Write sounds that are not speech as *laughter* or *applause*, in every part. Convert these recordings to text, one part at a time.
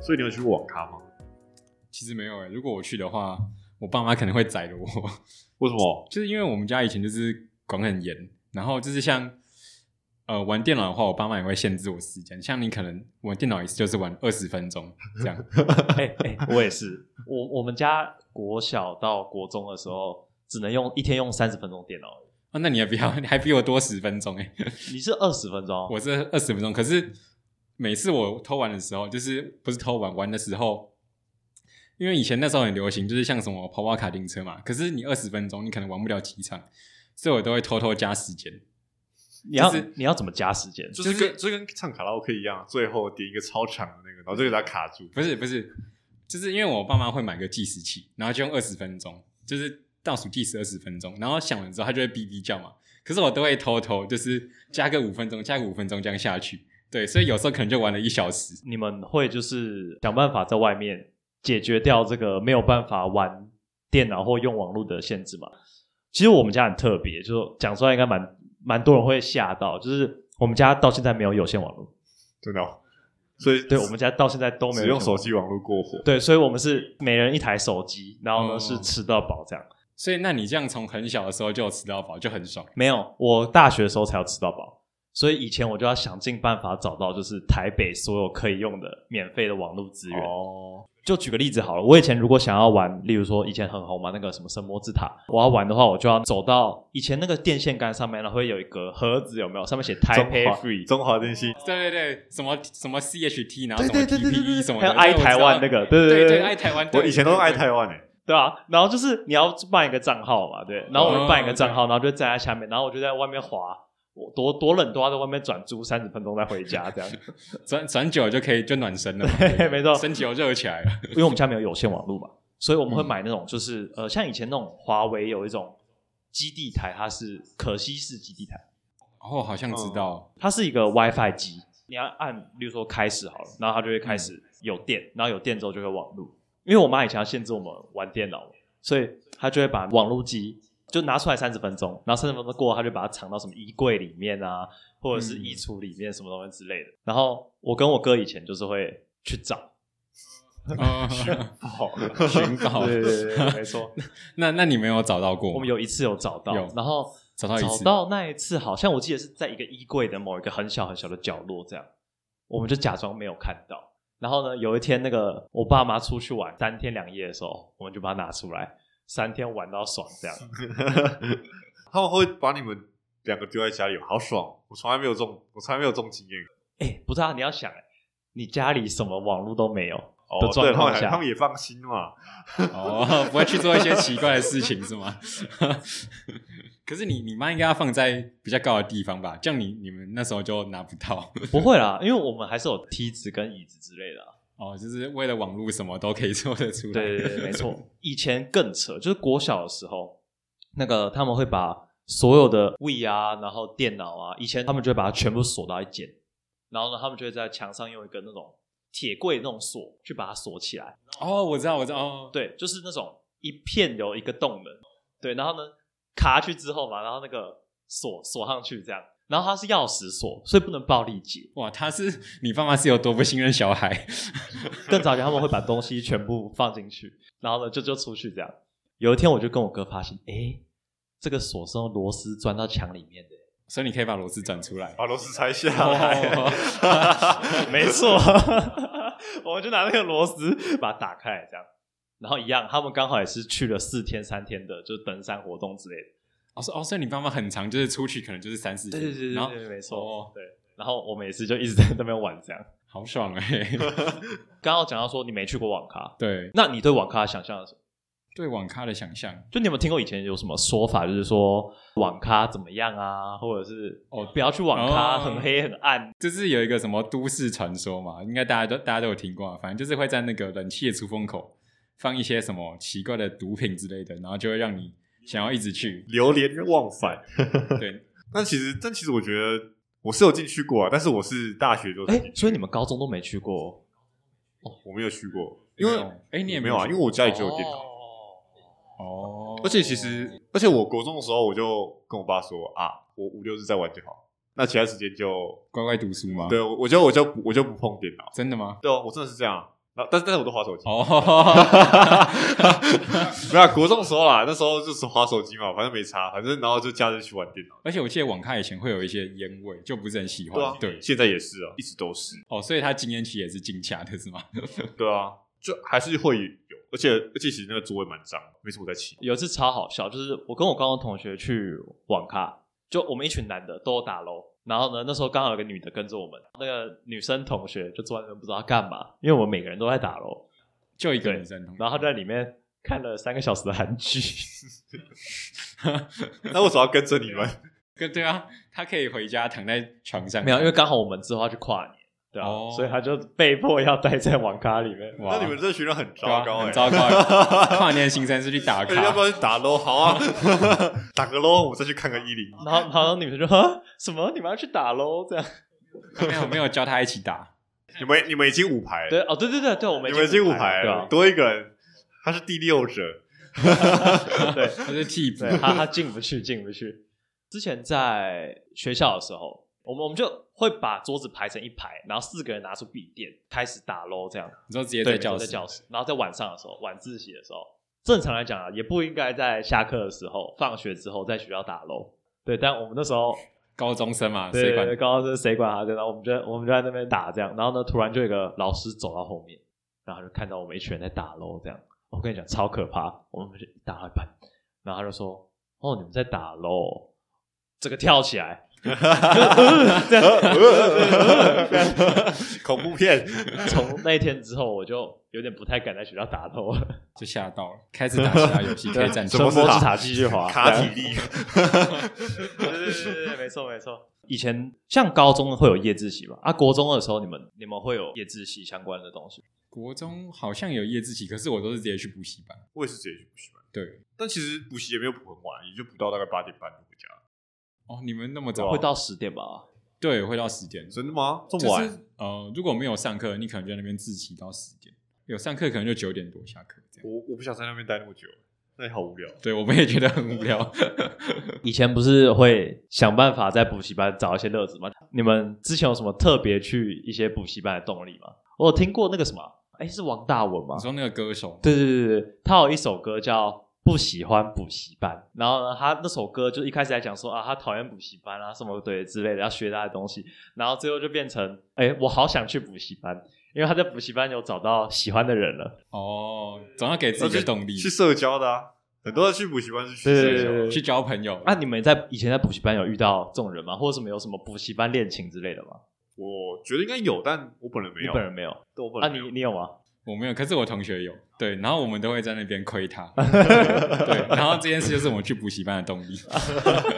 所以你有去过网咖吗？其实没有诶、欸如果我去的话，我爸妈可能会宰了我。 *laughs* 为什么？就是因为我们家以前就是管很严，然后就是像呃玩电脑的话，我爸妈也会限制我时间。像你可能玩电脑一次就是玩二十分钟这样， *laughs* 哎哎，我也是，我我们家国小到国中的时候，只能用一天用三十分钟电脑而已，啊，那你也比较你还比我多十分钟哎、你是二十分钟，啊我是二十分钟，可是每次我偷玩的时候，就是不是偷玩玩的时候，因为以前那时候很流行，就是像什么跑跑卡丁车嘛，可是你二十分钟你可能玩不了几场，所以我都会偷偷加时间。你要就是你要怎么加时间？就是跟就跟唱卡拉 OK 一样，啊最后点一个超长的那个，然后就给它卡住。不是不是，就是因为我爸妈会买个计时器，然后就用二十分钟，就是倒数计时二十分钟，然后响了之后它就会哔哔叫嘛。可是我都会偷偷就是加个五分钟，加个五分钟这样下去。对，所以有时候可能就玩了一小时。你们会就是想办法在外面解决掉这个没有办法玩电脑或用网络的限制吗？其实我们家很特别，就是讲出来应该蛮蛮多人会吓到，就是我们家到现在没有有线网络，真的哦、所以对我们家到现在都没有只用有线网手络机网络过火。对，所以我们是每人一台手机，然后呢、哦是吃到饱这样。所以那你这样从很小的时候就有吃到饱，就很爽。没有，我大学的时候才有吃到饱，所以以前我就要想尽办法找到就是台北所有可以用的免费的网络资源。哦，就举个例子好了，我以前如果想要玩，例如说以前很红嘛，那个什么神魔之塔，我要玩的话，我就要走到以前那个电线杆上面，然后会有一个盒子，有没有？上面写中 Taipei 华 Free，中华电信对对对，什么什么 CHT，然后对什么对对对对 TPE 什对，么还的，有爱台湾那那个，个，对对对对，爱台湾，对我以前都是对爱对台湾欸诶、对啊，然后就是你要办一个账号嘛，对，然后我就办一个账号，然后就站在下面，然后我就在外面滑，我多多冷都要在外面转租三十分钟再回家这样，转转久了就可以就暖身了嘛，对 *laughs* 对没错身体又热起来了。因为我们家没有有线网络嘛，所以我们会买那种就是、呃，像以前那种华为有一种基地台，它是可惜式基地台，哦，好像 *laughs* 知道，它是一个 WiFi 机，你要按，例如说开始好了，然后它就会开始有电，然后有电之后就会网路。因为我妈以前要限制我们玩电脑，所以她就会把网路机就拿出来三十分钟，然后三十分钟过后，她就把它藏到什么衣柜里面啊，或者是衣橱里面什么东西之类的。然后我跟我哥以前就是会去找，嗯，寻 *laughs* 宝。对对对对，没错，那那你没有找到过吗？我们有一次有找到有，然后找到一找次，到那一次，好像我记得是在一个衣柜的某一个很小很小的角落这样，我们就假装没有看到。然后呢，有一天那个我爸妈出去玩三天两夜的时候，我们就把它拿出来，三天玩到爽这样。他们会把你们两个丢在家里，好爽！我从来没有这种，我从来没有这种经验。哎，不知道、你要想、哎，你家里什么网络都没有哦的，对，状他们况还他下们，也放心嘛。哦， *laughs* 不会去做一些奇怪的事情是吗？ *laughs* 可是你你妈应该要放在比较高的地方吧？这样你你们那时候就拿不到不会啦，因为我们还是有梯子跟椅子之类的啊、哦，就是为了网络什么都可以做得出来。对对对，没错。 *laughs* 以前更扯，就是国小的时候，那个他们会把所有的 We 啊，然后电脑啊，以前他们就会把它全部锁到一间，然后呢，他们就会在墙上用一个那种铁柜那种锁去把它锁起来。哦，我知道，我知道，哦、对，就是那种一片有一个洞的，对，然后呢卡下去之后嘛，然后那个锁锁上去这样，然后它是钥匙锁，所以不能暴力解。哇，他是你爸妈是有多不信任小孩？更早以前他们会把东西全部放进去，然后呢就就出去这样。有一天我就跟我哥发现，诶，这个锁是用螺丝钻到墙里 *laughs* 面的。所以你可以把螺丝转 *laughs* 出来。把螺丝拆下哦来，。没错，我们就拿那个螺丝把它打开来，这样。然后一样，他们刚好也是去了四天三天的，就是登山活动之类的。哦，所以哦，所以你爸妈很长，就是出去可能就是三四天，然后对，没错，哦，对。然后我们也是就一直在那边玩这样。好爽哎、刚刚讲到说你没去过网咖， *laughs* 对那你对网咖的想象是什么？对，网咖的想象就你有没有听过以前有什么说法，就是说网咖怎么样啊，或者是哦不要去网咖，哦很黑很暗。就是有一个什么都市传说嘛，应该大家都大家都有听过啊，反正就是会在那个冷气的出风口放一些什么奇怪的毒品之类的，然后就会让你想要一直去 *laughs* *laughs* 流连忘返。对，但其实，但其实我觉得我是有进去过啊，但是我是大学就哎、是进去所以你们高中都没去过？我没有去过，因为哎，你也没有啊，因为我我家里就有电脑。哦，而且其实，而且我国中的时候，我就跟我爸说啊，我五六日再玩就好，那其他时间就乖乖读书吗？对，我我就我就不我就不碰电脑。真的吗？ *laughs* 对哦，我真的是这样。然后但是但是我都滑手机，哦，没有啊国中的时候啦，那时候就是滑手机嘛，反正没差，反正然后就假日去玩电脑， *laughs* 而且我记得网咖以前会有一些烟味，就不是很喜欢。啊，现在也是啊，一直都是，哦，所以他禁烟期也是禁掐的是吗？ *laughs* 对啊，就还是会有，而且而且其实那个座位蛮脏的，没什么在骑，有一次超好笑，就是我跟我高中同学去网咖，就我们一群男的都有打喽。然后呢，那时候刚好有个女的跟着我们，那个女生同学就坐在那边不知道干嘛，因为我们每个人都在打喽。就一个对女生同，然后她就在里面看了三个小时的韩 *laughs* 剧，那为什么要跟着你们？跟对啊，他可以回家躺在床上，没有，因为刚好我们之后要去跨年，对啊，哦所以她就被迫要待在网咖里面。哇那你们这群人很对啊糟糕、欸，很糟 *laughs* 糕。欸跨年行程是去打哎要不卡，要去打 LO？好啊， *laughs* 打个 LO，我们再去看个一零一。然后，然后女生就说：“什么？你们要去打喽？”这样没有没有教他一起 *laughs* 打，你们你们已经五排了，对哦，对对对对，我们你们已经五五排对了， *laughs* 吧？多一个人，他是第 *laughs* 六者。 *laughs* 对，他是替补。对啊他他进不去，进不去。之前在学校的时候，我们我们就会把桌子排成一排，然后四个人拿出笔电开始打喽，这样你说直接在教在室，教室，然后在晚上的时候，晚自习的时候，正常来讲啊，也不应该在下课的时候、放学之后在学校打喽。对，但我们那时候，高中生嘛，对啊谁对管对，？刚刚是谁管他？对然后我们就我们就在那边打这样，然后呢，突然就有一个老师走到后面，然后就看到我们一群人在打喽，这样。我跟你讲，超可怕！我们就打到一半，然后他就说：“哦，你们在打喽！”这个跳起来，恐怖片，从那一天之后，我就有点不太敢在学校打喽了。就吓到了，开始打其他 *laughs* 游戏，可以站起什来么是神魔之塔塔继续滑 *laughs* 卡体力，对对对对，没错没错。以前像高中会有夜自习嘛？啊，国中的时候你们你们会有夜自习相关的东西？国中好像有夜自习，可是我都是直接去补习班。我也是直接去补习班，对，但其实补习也没有补很晚，也就补到大概八点半就回家了。哦，你们那么早啊会到十点吧？对会到十点，真的吗？这么就晚？是呃，如果没有上课，你可能就在那边自习到十点；有上课可能就九点多下课这样。我我不想在那边待那么久，那里好无聊。对，我们也觉得很无 *laughs* 聊。以前不是会想办法在补习班找一些乐子吗？你们之前有什么特别去一些补习班的动力吗？我有听过那个什么，哎，是王大文吗你？说那个歌手，对对对对对，他有一首歌叫《不喜欢补习班》，然后呢，他那首歌就一开始在讲说啊，他讨厌补习班啊什么对之类的，要学他的东西，然后最后就变成哎，我好想去补习班，因为他在补习班有找到喜欢的人了。哦，总要给自那己去的动力去社交的啊，很多人去补习班是去对对社交对的。对去交朋友。啊那、你们在以前在补习班有遇到这种人吗？或者什么有什么补习班恋情之类的吗？我觉得应该有，但我本人没你有。本人没有，对我本啊，人没有你你有吗？我没有，可是我同学有。对，然后我们都会在那边亏他。对，然后这件事就是我们去补习班的动力， *laughs*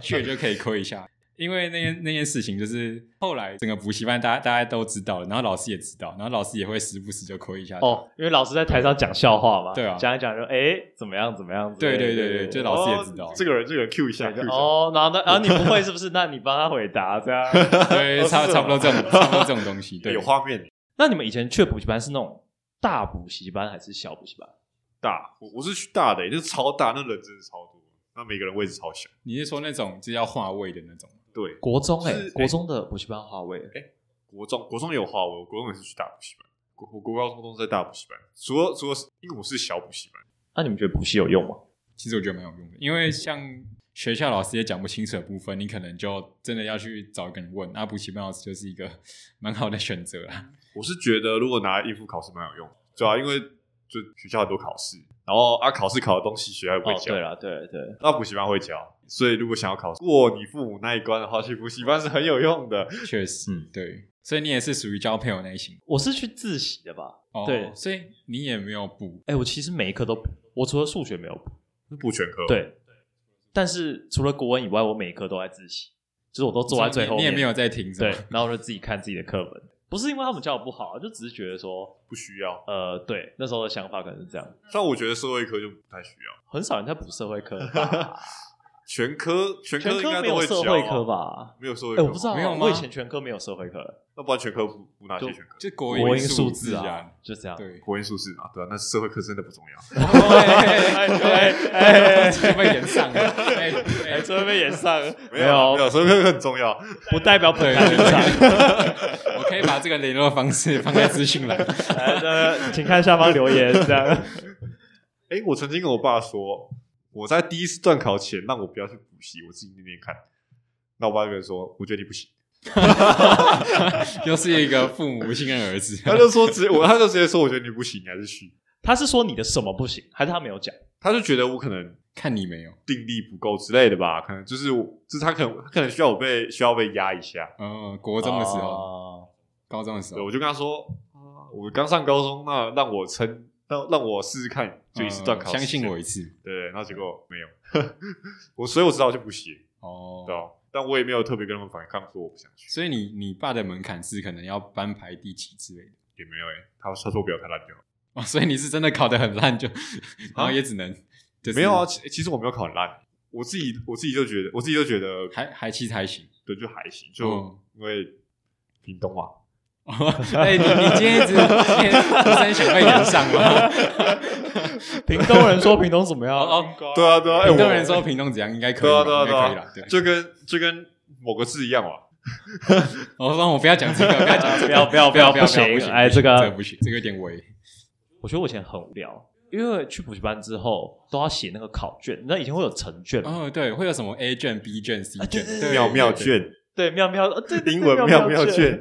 去了就可以亏一下。因为那件那件事情，就是后来整个补习班大家大家都知道了，然后老师也知道，然后老师也会时不时就亏一下。，哦，因为老师在台上讲笑话嘛，对啊讲一讲就哎怎么样怎么样之类对的，对对对，就老师也知道哦。这个人这个人 Q 一下，Q 一下。哦，然后呢，然后你不会是不是？那你帮他回答这样。对，差哦是差不多吗这种差不多这种东 *laughs* 西。对，有画面那你们以前去的补习班是那种大补习班还是小补习班？大，我我是去大的、欸，就是超大，那人真的超多，那每个人位置超小。你是说那种就是要划位的那种？对，国中哎、是国中的补习班华位、国中国中有话，我国中也是去大补习班，国我国高中都是在大补习班，除了除了是因为我是小补习班，那、你们觉得补习有用吗？其实我觉得蛮有用的，因为像学校老师也讲不清楚的部分，你可能就真的要去找一个人问。那补习班老师就是一个 *laughs* 蛮好的选择啊啦。我是觉得如果拿来应付考试蛮有用的，对啊，因为就学校很多考试，然后啊考试考的东西学校也不会哦，教，对了，对对，那补习班会教，所以如果想要考过你父母那一关的话，去补习班是很有用的。确实，嗯对，所以你也是属于交朋友类型。我是去自习的吧？哦，对所以你也没有补哎、我其实每一科都补，我除了数学没有补，补全科，对，但是除了国文以外，我每一科都在自习，就是我都坐在最后你面，也没有在听，是对吧， *laughs* 然后我就自己看自己的课本。不是因为他们教我不好，啊就只是觉得说，不需要。呃，对，那时候的想法可能是这样，但我觉得社会科就不太需要。很少人在补社会科吧。全科全科全应该科没都有会社教会啊科？吧？没有社会哎、科吗，我不知道啊，没有吗我以前全科没有社会科，那不然全科补补哪些就全科？就国国音数字啊，，就这样。对，国英数是啊，对啊，那社会科真的不重要。哎哎哎这被延上了，哎哎，哎，这会被演上，没有啊没有，社会科很重要。不代表本对台立场。我可以把这个联络方式放在资讯栏。来，呃请看下方留言，这样。哎，我曾经跟我爸说，我在第一次段考前让我不要去补习，我自己念念看。那我爸就跟我说，我觉得你不行。又是一个父母不信任儿子，他就说直接我，他就直接说，我觉得你不行，你还是去。他是说你的什么不行，还是他没有讲？他就觉得我可能看你没有定力不够之类的吧，可能就是我，就是他可能他可能需要我被需要被压一下。哦，国中的时候，哦，高中的时对，候，我就跟他说，啊我刚上高中，那让我撑，让让我试试看，就一次段考、嗯相信我。一次对，然后结果没有， *laughs* 我所以我知道就补习，哦对。吧？但我也没有特别跟他们反抗，说我不想去，所以你你爸的门槛是可能要班排第几之类的也没有哎、他他说不要太烂就好， *laughs* 哦，所以你是真的考得很烂就，然后也只能就是没有啊，，其其实我没有考很烂，我自己我自己就觉得，我自己就觉得，还还其实还行。对，就还行，就、嗯哦因为屏东嘛，哎，你你今天一直今天不是很想被延上吗？屏东人说屏东怎么样？哦对啊对啊，哎、屏我东人说屏东怎样，应该可以对吧，啊应对啊对该可以了啊。，对，就跟就跟某个字一样嘛，我说哦我不要讲这个，不要讲这个，不要不要不要不要不要不行不行哎这个这不行，这个有点违。我觉得我以前很无聊，因为去补习班之后都要写那个考卷，那以前会有成卷嘛？哦，对，会有什么 A 卷、B 卷、C 啊对卷对对，对妙妙，对对卷，对，妙妙，呃对，对对英文妙妙妙卷，，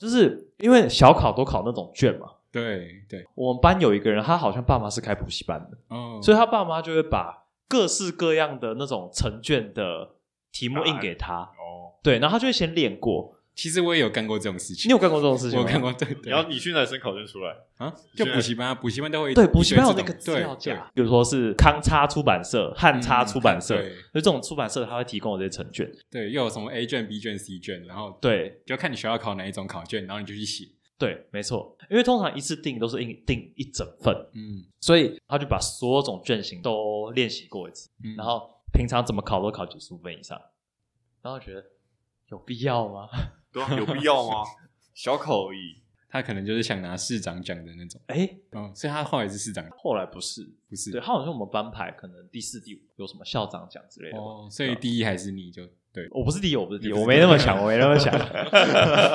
就是因为小考都考那种卷嘛。对对，我们班有一个人，他好像爸妈是开补习班的，哦，所以他爸妈就会把各式各样的那种成卷的题目印给他，哦，对，然后他就会先练 *laughs* 过。其实我也有干过这种事情，你有干过这种事情我吗？有干过，对对你要你去男生考卷出来，啊，就补习班啊，补习班都会对，补习班有那个资对料夹，比如说是康差出版社、汉差出版社，嗯对就这种出版社它会提供我这些成卷。对，又有什么 A 卷、B 卷、C 卷，然后对就看你学校考哪一种考卷，然后你就去写，对，没错，因为通常一次订都是印订一整份，嗯，所以他就把所有种卷型都练习过一次，嗯然后平常怎么考都考九十五分以上，然后觉得有必要 *laughs* 吗？对啊，有必要吗？小考而已，他可能就是想拿市长奖的那种，哎，嗯，所以他后来是市长，后来不是，不是对，他好像我们班排可能第四、第五有什么校长奖之类的吧。哦，所以第一还是你就对，我不是第一，我不是第一，你不是我没那么想，我没那么想。 *laughs*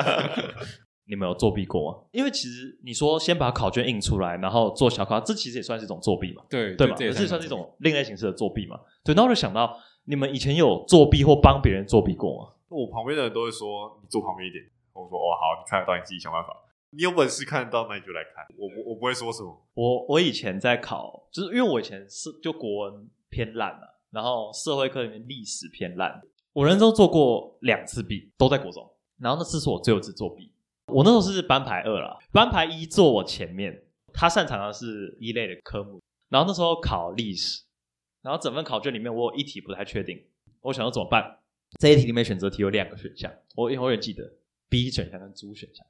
你们有作弊过吗？因为其实你说先把考卷印出来，然后做小考，这其实也算是一种作弊嘛，对对吧？这也这算是一一种另类形式的作弊嘛。对，那我就想到，你们以前有作弊或帮别人作弊过吗？那我旁边的人都会说你坐旁边一点，我说哦好，你看得到你自己想办法，你有本事看得到那你就来看，我不我不会说什么，我我以前在考，就是因为我以前是就国文偏烂了、然后社会课里面历史偏烂，我人生做过两次弊，都在国中。然后那次是我最后一次作弊，我那时候是班排二啦，班排一坐我前面，他擅长的是一类的科目。然后那时候考历史，然后整份考卷里面我有一题不太确定，我想要怎么办？这一题里面选择题有两个选项，我永远记得 B 选项跟猪选项。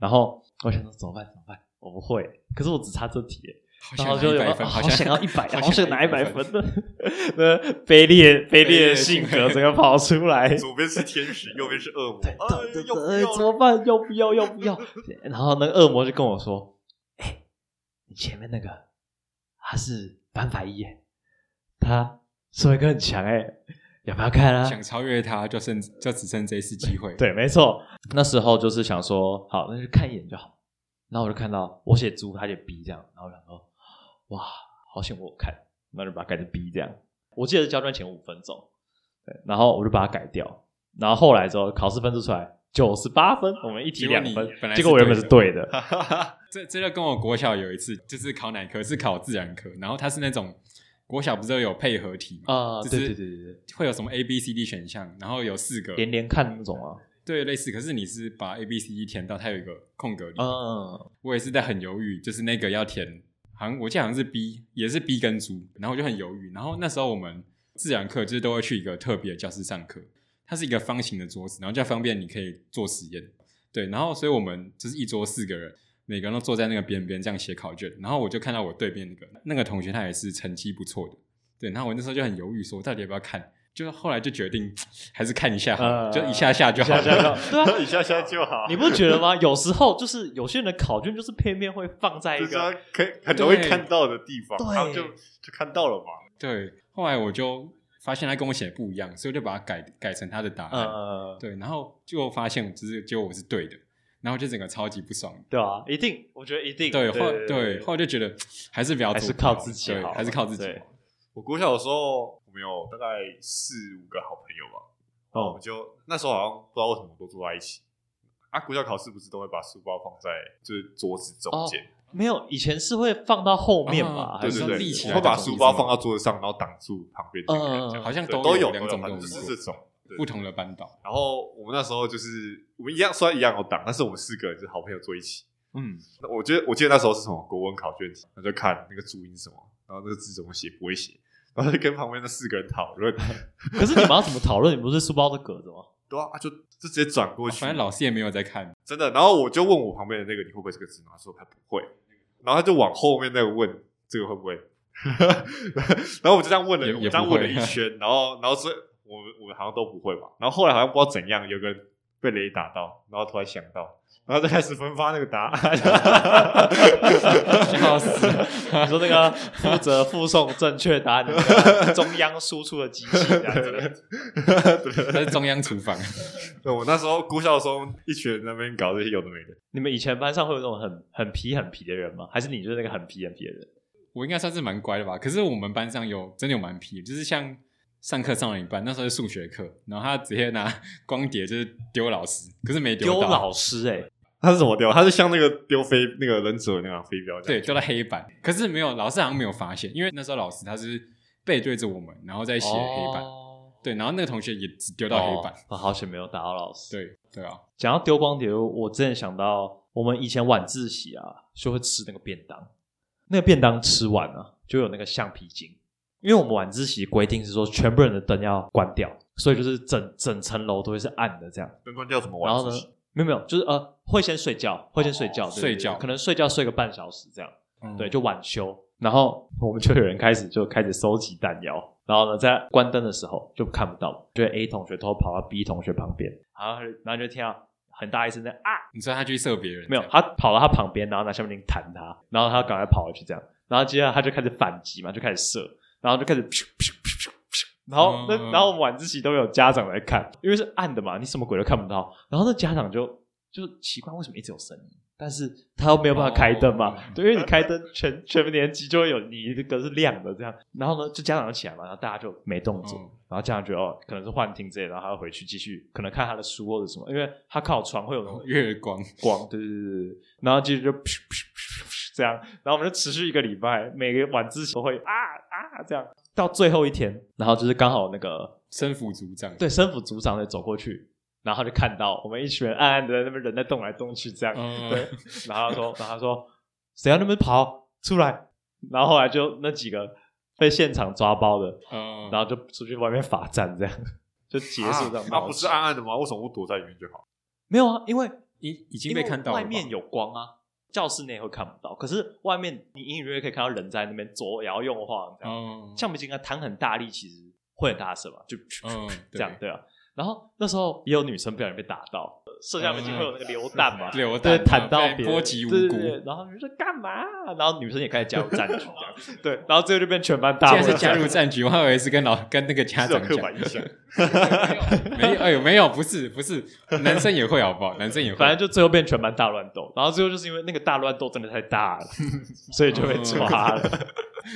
然后我想说怎么办？怎么办？我不会，可是我只差这题耶，然后好就像有一百啊分，好像想要一百，好好想想拿一百100分的，那卑劣卑劣的劣性性格整个跑出来，哎左边是天 *laughs* 使，右边是恶魔，哎对对要不对，怎要？么办？要不要？要不要？ *laughs* 然后那个恶魔就跟我说：“哎，你前面那个他是班法一耶，他社会科很强哎，要不要看啊？”想超越他，就剩就只剩这一次机会，对，没错。那时候就是想说，好，那就看一眼就好。然后我就看到我写猪，他写 B 这样，然后我想说，哇，好险我有看，那就把它改成 B 这样。我记得是交卷前五分钟，对，然后我就把它改掉。然后后来之后考试分数出来九十八分，我们一题结果两你分，本来结是果我原本对是对的的，这这就跟我国小有一次，就是考哪科是考自然科，然后它是那种国小不是都有配合题嘛，啊 *laughs* 就对是对对对对会有什么 A B C D 选项，然后有四个，连连看那种 *laughs* 啊，对，类似。可是你是把 A B C D 填到，它有一个空格里面。嗯，我也是在很犹豫，就是那个要填，好像我记得好像是 B，也是 B 跟猪，然后我就很犹豫。然后那时候我们自然课就是都会去一个特别的教室上课，它是一个方形的桌子，然后就方便你可以做实验。对，然后所以我们就是一桌四个人，每个人都坐在那个边边这样写考卷。然后我就看到我对面那个那个同学，他也是成绩不错的，对。然后我那时候就很犹豫，说我到底要不要看？就后来就决定还是看一下好了，呃嗯就一下下就好下了。下对 *laughs* 啊， *laughs* 一下下就好。你不觉得吗？有时候就是有些人的考卷就是偏偏会放在一就是个他可以很容易对看到的地方，对然后就就看到了嘛。对，后来我就发现他跟我写的不一样，所以我就把它改改成他的答案。呃，对，然后就发现就是结果我是对的，然后就整个超级不爽。对啊，一定，我觉得一定对，后对对后来就觉得还是不要还做，是靠自己对好还是靠自己对好。我国小的时候，我们有大概四五个好朋友吧，然哦后我们就那时候好像不知道为什么都坐在一起。啊，国小考试不是都会把书包放在就是桌子中间，没有，以前是会放到后面吧？啊还对是对就是对，立起来我会把的书意思包吗放到桌子上，然后挡住旁边的那个人，嗯这样好像对都都有有两都种反正都就是有这种对不同的班导，然后我们那时候就是我们一样，虽然一样有档，但是我们四个人就是好朋友坐一起。嗯，那我觉得我记得那时候是什么国文考卷题，我就看那个注音是什么，然后那个字怎么写不会写，然后就跟旁边那四个人讨 *laughs* 论。可是你们要怎么讨论？你不是书包都隔着吗？对啊，啊就就直接转过去，哦反正老师也没有 *laughs* 在看。真的。然后我就问我旁边的那个你会不会这个字，然后他说他不会，然后他就往后面那个问这个会不会， *laughs* 然后我就这样问了，也我也这样不会问了一圈，然后然后最我们我们好像都不会吧，然后后来好像不知道怎样，有个人被雷打到，然后突然想到，然后就开始分发那个答案。 *laughs* 笑死！你说那个负责附送正确答案的那个中央输出的机器，这样子他是中央厨房，对，我那时候郭晓松一群人在那边搞这些有的没的，你们以前班上会有那种很很皮很皮的人吗？还是你就是那个很皮很皮的人？我应该算是蛮乖的吧。可是我们班上有真的有蛮皮的，就是像上课上了一半，那时候是数学课，然后他直接拿 *laughs* 光碟就是丢老师，可是没丢到，老师哎、欸，他是怎么丢？他是像那个丢飞那个忍者那样飞镖这对，样，丢到黑板，可是没有老师好像没有发现，因为那时候老师他是背对着我们，然后再写黑板，哦对，然后那个同学也只丢到黑板，哦我好久没有打到老师。对对啊，讲到丢光碟，我之前想到我们以前晚自习啊，就会吃那个便当，那个便当吃完啊，就有那个橡皮筋，因为我们晚自习规定是说全部人的灯要关掉，所以就是整整层楼都会是暗的这样。灯光叫什么然玩后具呢？，没有没有，就是呃，会先睡觉，会先睡觉，哦对睡对对觉可能睡觉睡个半小时这样，嗯对，就晚休。然后我们就有人开始就开始收集弹药，然后呢，在关灯的时候就看不到，就 A 同学偷跑到 B 同学旁边，然后然后就听到很大一声的啊，你说他去射别人，没有这，样他跑到他旁边，然后拿橡皮筋弹他，然后他赶快跑回去这样，然后接着他就开始反击嘛，就开始射，然后就开始噗噗噗噗噗，然后那、嗯然后晚自习都有家长来看，因为是暗的嘛，你什么鬼都看不到，然后那家长就就奇怪为什么一直有声音。但是他又没有办法开灯嘛，哦对，因为你开灯，全全年级就会有你一个是亮的这样，然后呢，就家长就起来嘛，然后大家就没动作，嗯然后家长觉得哦，可能是幻听之类的，然后他回去继续可能看他的书或者什么，因为他靠床会有那种月光，光，对对对对，对然后接着就噗噗噗噗噗这样，然后我们就持续一个礼拜，每个晚自习都会啊啊这样，到最后一天，然后就是刚好那个身辅组长，对生辅组长的走过去，然后他就看到我们一群人暗暗的在那边人在动来动去这样，嗯，对，然后他说，然后他说谁要那边跑出来，然后后来就那几个被现场抓包的，嗯，然后就出去外面罚站这样，就结束这样啊，闹那剧。不是暗暗的吗？为什么不躲在里面就好？没有啊，因为已已经被看到了吧，外面有光啊，教室内会看不到，可是外面你隐隐约约可以看到人在那边左摇右晃这样。嗯，橡皮筋啊，弹很大力，其实会很大声嘛，就 *laughs* 嗯这样对啊。然后那时候也有女生不小心被打到，呃射橡皮筋会有那个流弹 *laughs* 嘛，流对，嗯弹弹到被别人波及无对对辜对，然后你说干嘛？然后女生也开始加入战局，这样 *laughs* 对，然后最后就变全班大既会然 *laughs* 是加入战局，我还以为是跟老跟那个家是有长刻讲板，印 *laughs* 象。没有，哎呦，没有，不是不是，男生也会好不好？男生也会，反正就最后变全班大乱斗，然后最后就是因为那个大乱斗真的太大了， *laughs* 所以就被抓了。 *laughs*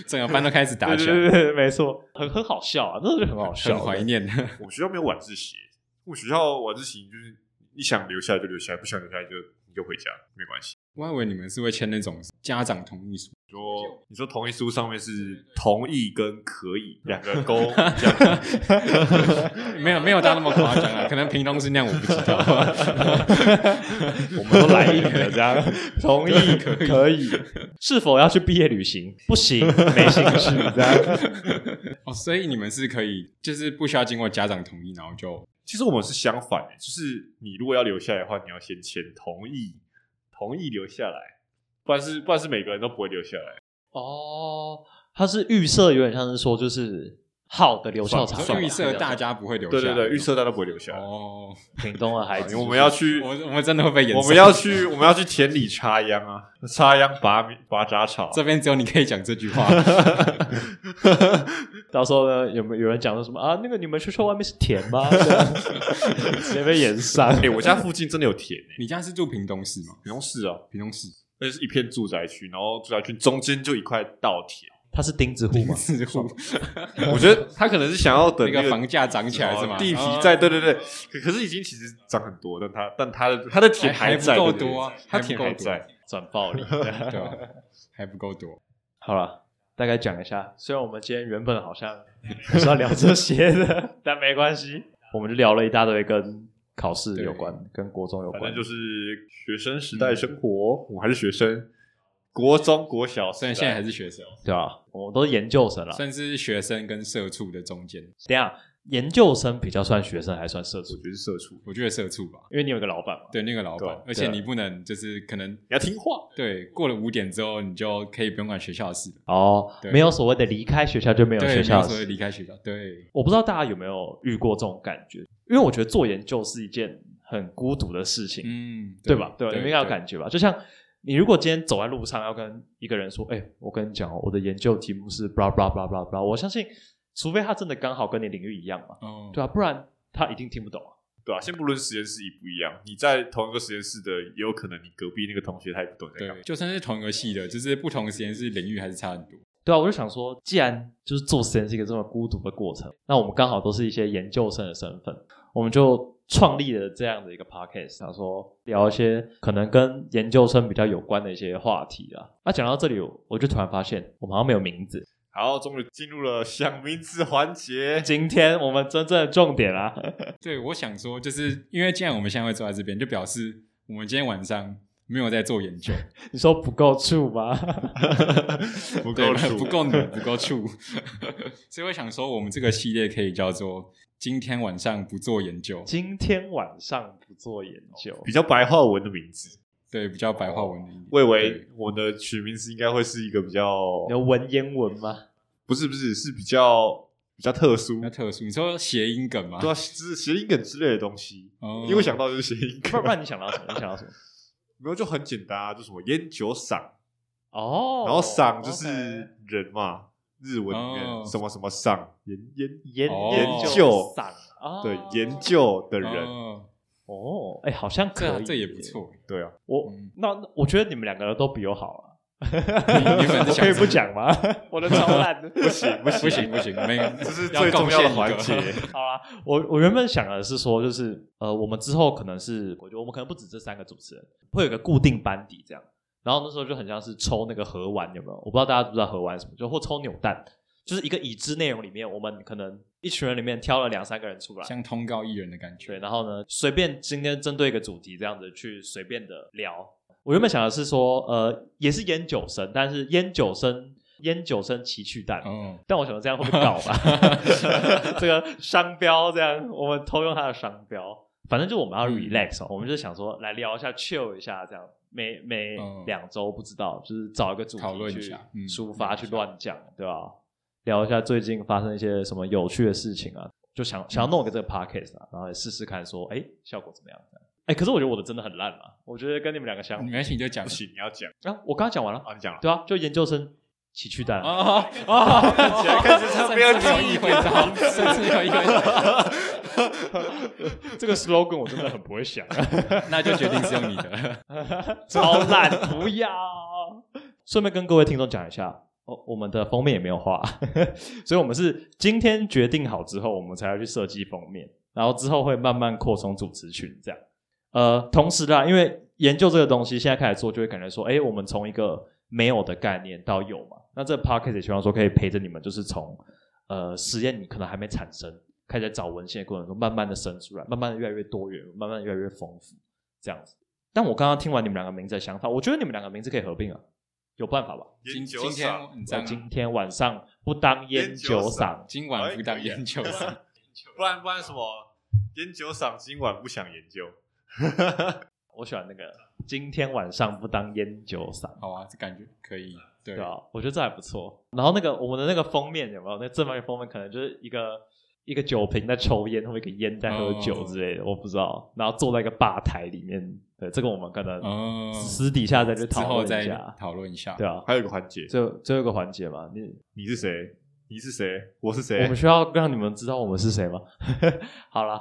整个班都开始打对起对来，对对，没错，很很好笑啊，那就很好笑很怀的。念。我们学校没有晚自习，我们学校晚自习就是你想留下来就留下来，不想留下来就你就回家，没关系。我还以为你们是会签那种家长同意书，你说你说同意书上面是同意跟 *laughs* 可以两个勾，这样没有没有到那么夸张啊，可能屏东是那样，我不知道。 *laughs* 我们都来硬了，这样同意可以可以。是否要去毕业旅行？不行，没兴趣，这样。哦，所以你们是可以，就是不需要经过家长同意，然后就其实我们是相反的，就是你如果要留下来的话，你要先签同意，同意留下来，不然是不然是每个人都不会留下来。哦，他是预设，有点像是说，就是好的留校你察说嘛预设大家不会留下，对对对，预设大家都不会留下来。哦，屏东的孩因子，为我们要去，我我们真的会被延伸我们要去，我们要去田里插秧啊，插秧拔米拔杂草。这边只有你可以讲这句话， *laughs* 到时候呢，有没有有人讲说什么啊？那个你们学校外面是田吗？这样直接被延上。哎、我家附近真的有田欸诶、你家是住屏东市吗？屏东市啊，屏东市那是一片住宅区，然后住宅区中间就一块稻田。他是钉子户吗？是哦户我觉得他可能是想要等那那个个房价涨起来是吗？哦地皮哦在，对对对，可可是已经其实涨很多，但它但它的它的田还还不在，够对对对多啊它还不田够还多在。转暴力。对啊，还不够多。好了，大概讲一下。虽然我们今天原本好像 *laughs* 是要聊这些的，但没关系，我们就聊了一大堆跟考试有关、跟国中有反关正。就是学生时代生活，我还是学生，国中国小，虽然现在还是学生，哦对啊，我们都是研究生了。算是学生跟社畜的中间，等一下，研究生比较算学生，还算社畜我？觉得是社畜，我觉得社畜吧。因为你有一个老板嘛。对那个老对板啊，而且对啊你不能就是可能你要听话。对过了五点之后，你就可以不用管学校的事了。哦，对没有所谓的离开学校就没有对，学校的所以事。离开学校，对，我不知道大家有没有遇过这种感觉，因为我觉得做研究是一件很孤独的事情。嗯，对吧？对对吧？，你们应该有感觉吧？就像你如果今天走在路上要跟一个人说：“哎、我跟你讲哦，我的研究题目是 blah blah blah blah blah。”我相信，除非他真的刚好跟你领域一样嘛，哦，对啊，不然他一定听不懂啊。对啊，先不论实验室一不一样，你在同一个实验室的，也有可能你隔壁那个同学他也不懂你在啊干嘛对，。就算是同一个系的，就是不同的实验室领域还是差很多。对啊，我就想说，既然就是做实验是一个这么孤独的过程，那我们刚好都是一些研究生的身份，我们就创立了这样的一个 podcast，想说聊一些可能跟研究生比较有关的一些话题啊。那、讲到这里，我我就突然发现，我们好像没有名字。好，终于进入了想名字环节。今天我们真正的重点啊，对，我想说，就是因为既然我们现在会坐在这边，就表示我们今天晚上没有在做研 *laughs* 究，你说不够处 *laughs* 吗？不对够吧 *laughs* 数，不够努，不够处， *laughs* 所以我想说，我们这个系列可以叫做“今天晚上不做研究今天晚上不做研究，比较白话文的名字。”，对，比较白话文的一点。我以对为我的取名字应该会是一个比较，你有文言文吗？不是不是，是比较比较特殊比，较特殊，你说谐音梗吗？对啊，就是谐音梗之类的东西。哦因为我想到就是谐音不梗，然不然你想到什么？你想到什么？没有就很简单啊，就什么烟酒赏，哦，然后赏就 OK 是人嘛，日文里哦面什么什么赏，研研研哦研研究赏啊，对研究的人，哦，哦，哎，好像这可以，啊这也不。错。对啊，我嗯那那我觉得你们两个都比我好啊。你本我是想 *laughs* 可以什么不讲吗？我的超烂的， *laughs* 不行不行不行，没，这是要最重贡要的献一环个 *laughs* 节。 *laughs* 好啦，我我原本想的是说，就是呃，我们之后可能是，我觉得我们可能不止这三个主持人，会有一个固定班底这样。然后那时候就很像是抽那个盒玩，有没有？我不知道大家知不知道盒玩什么，就或抽扭蛋，就是一个已知内容里面，我们可能一群人里面挑了两三个人出来，像通告艺人的感对，觉。然后呢，随便今天针对一个主题这样子去随便的聊。我原本想的是说，呃，也是烟酒生，但是烟酒生烟酒生奇趣蛋，啊哦，但我想这样会不会搞吧？ *laughs* 这个商标这样，我们偷用它的商标，反正就我们要嗯 relax，、哦，我们就想说来聊一下，chill 一下这样。每每嗯两周不知道，就是找一个主讨题论一去下嗯抒发、聊一去下乱讲，对吧、聊一下最近发生一些什么有趣的事情啊，就嗯想想要弄一个这个 podcast 啊，然后也试试看说，哎，效果怎么样？这样哎，可是我觉得我的真的很烂嘛，我觉得跟你们两个相没关系，你就讲不。行，你要讲啊，我刚刚讲完了，啊，你讲了。对啊，就研究生奇趣蛋啊哦 *laughs* 哦，开始唱没有甚至有记忆意会到，甚至有意会到， *laughs* 这个 slogan 我真的很不会想，啊那就决定是用你 *laughs* 的。超烂，不要。顺便跟各位听众讲一下，哦，我们的封面也没有画， *laughs* 所以我们是今天决定好之后，我们才要去设计封面，然后之后会慢慢扩充主持群这样。呃，同时啦，因为研究这个东西，现在开始做，就会感觉说，哎，我们从一个没有的概念到有嘛，那这 p o c k e t 也希望说可以陪着你们，就是从呃实验你可能还没产生，开始在找文献的过程中，慢慢的生出来，慢慢的越来越多元，慢慢的越来越丰富，这样子。但我刚刚听完你们两个名字的想法，我觉得你们两个名字可以合并啊，有办法吧？今烟今酒天赏，你这在样啊，今天晚上不当烟酒赏，今晚哎不当研究生， *laughs* 不然不然什么？烟酒赏今晚不想研究，我喜欢那个。今天晚上不当烟酒赏，好啊，这感觉可以。对对啊，我觉得这还不错。然后那个我们的那个封面有没有？那正方形封面可能就是一个一个酒瓶在抽烟，或一个烟在喝酒之类的，我不知道。然后坐在一个吧台里面，对，这个我们可能哦，私底下再去之讨后论再一下。讨论一下。对啊，还有一个环节，最后最后一个环节嘛，你你是谁？你是谁？我是我谁们？需要让你们知道我们是谁吗？ *laughs* 好啦，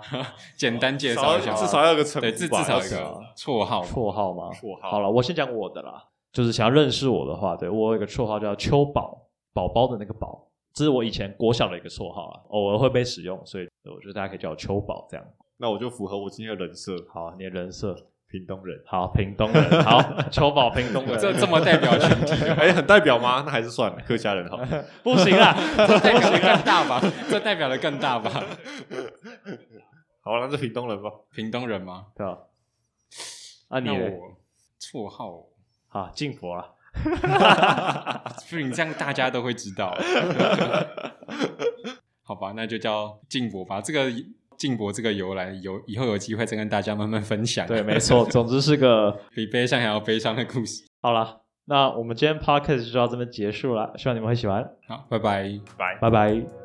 简单介少绍要一下，啊至少要有个啊称对，至至呼吧，少要有一是个啊绰号嘛。绰号吗？绰号。好了，我先讲我的啦，就是想要认识我的话，对我有一个绰号叫秋宝，宝宝的那个宝，这是我以前国小的一个绰号啊，偶尔会被使用，所以我觉得大家可以叫我秋宝这样。那我就符合我今天的人设，好，你的人设，屏 *laughs* 东人。好，屏东人，好，秋宝屏东人，这这么代表群体，哎，很代表吗？那还是算了，客家人好。不行啊啦，这代表的更大吧？这代表的更大吧？好，那就屏东人吧。屏东人吗？ *laughs* 对吧？啊，你那嘞我绰号，好，敬佛 *laughs* 啊，不然这样大家都会知道。 *laughs* 好吧，那就叫静博吧。这个静博这个由来，有以后有机会再跟大家慢慢分享。对，没错，总之是个比悲伤还要悲伤的故事。好啦，那我们今天 podcast 就到这边结束了，希望你们会喜欢，好，拜拜。拜。拜拜。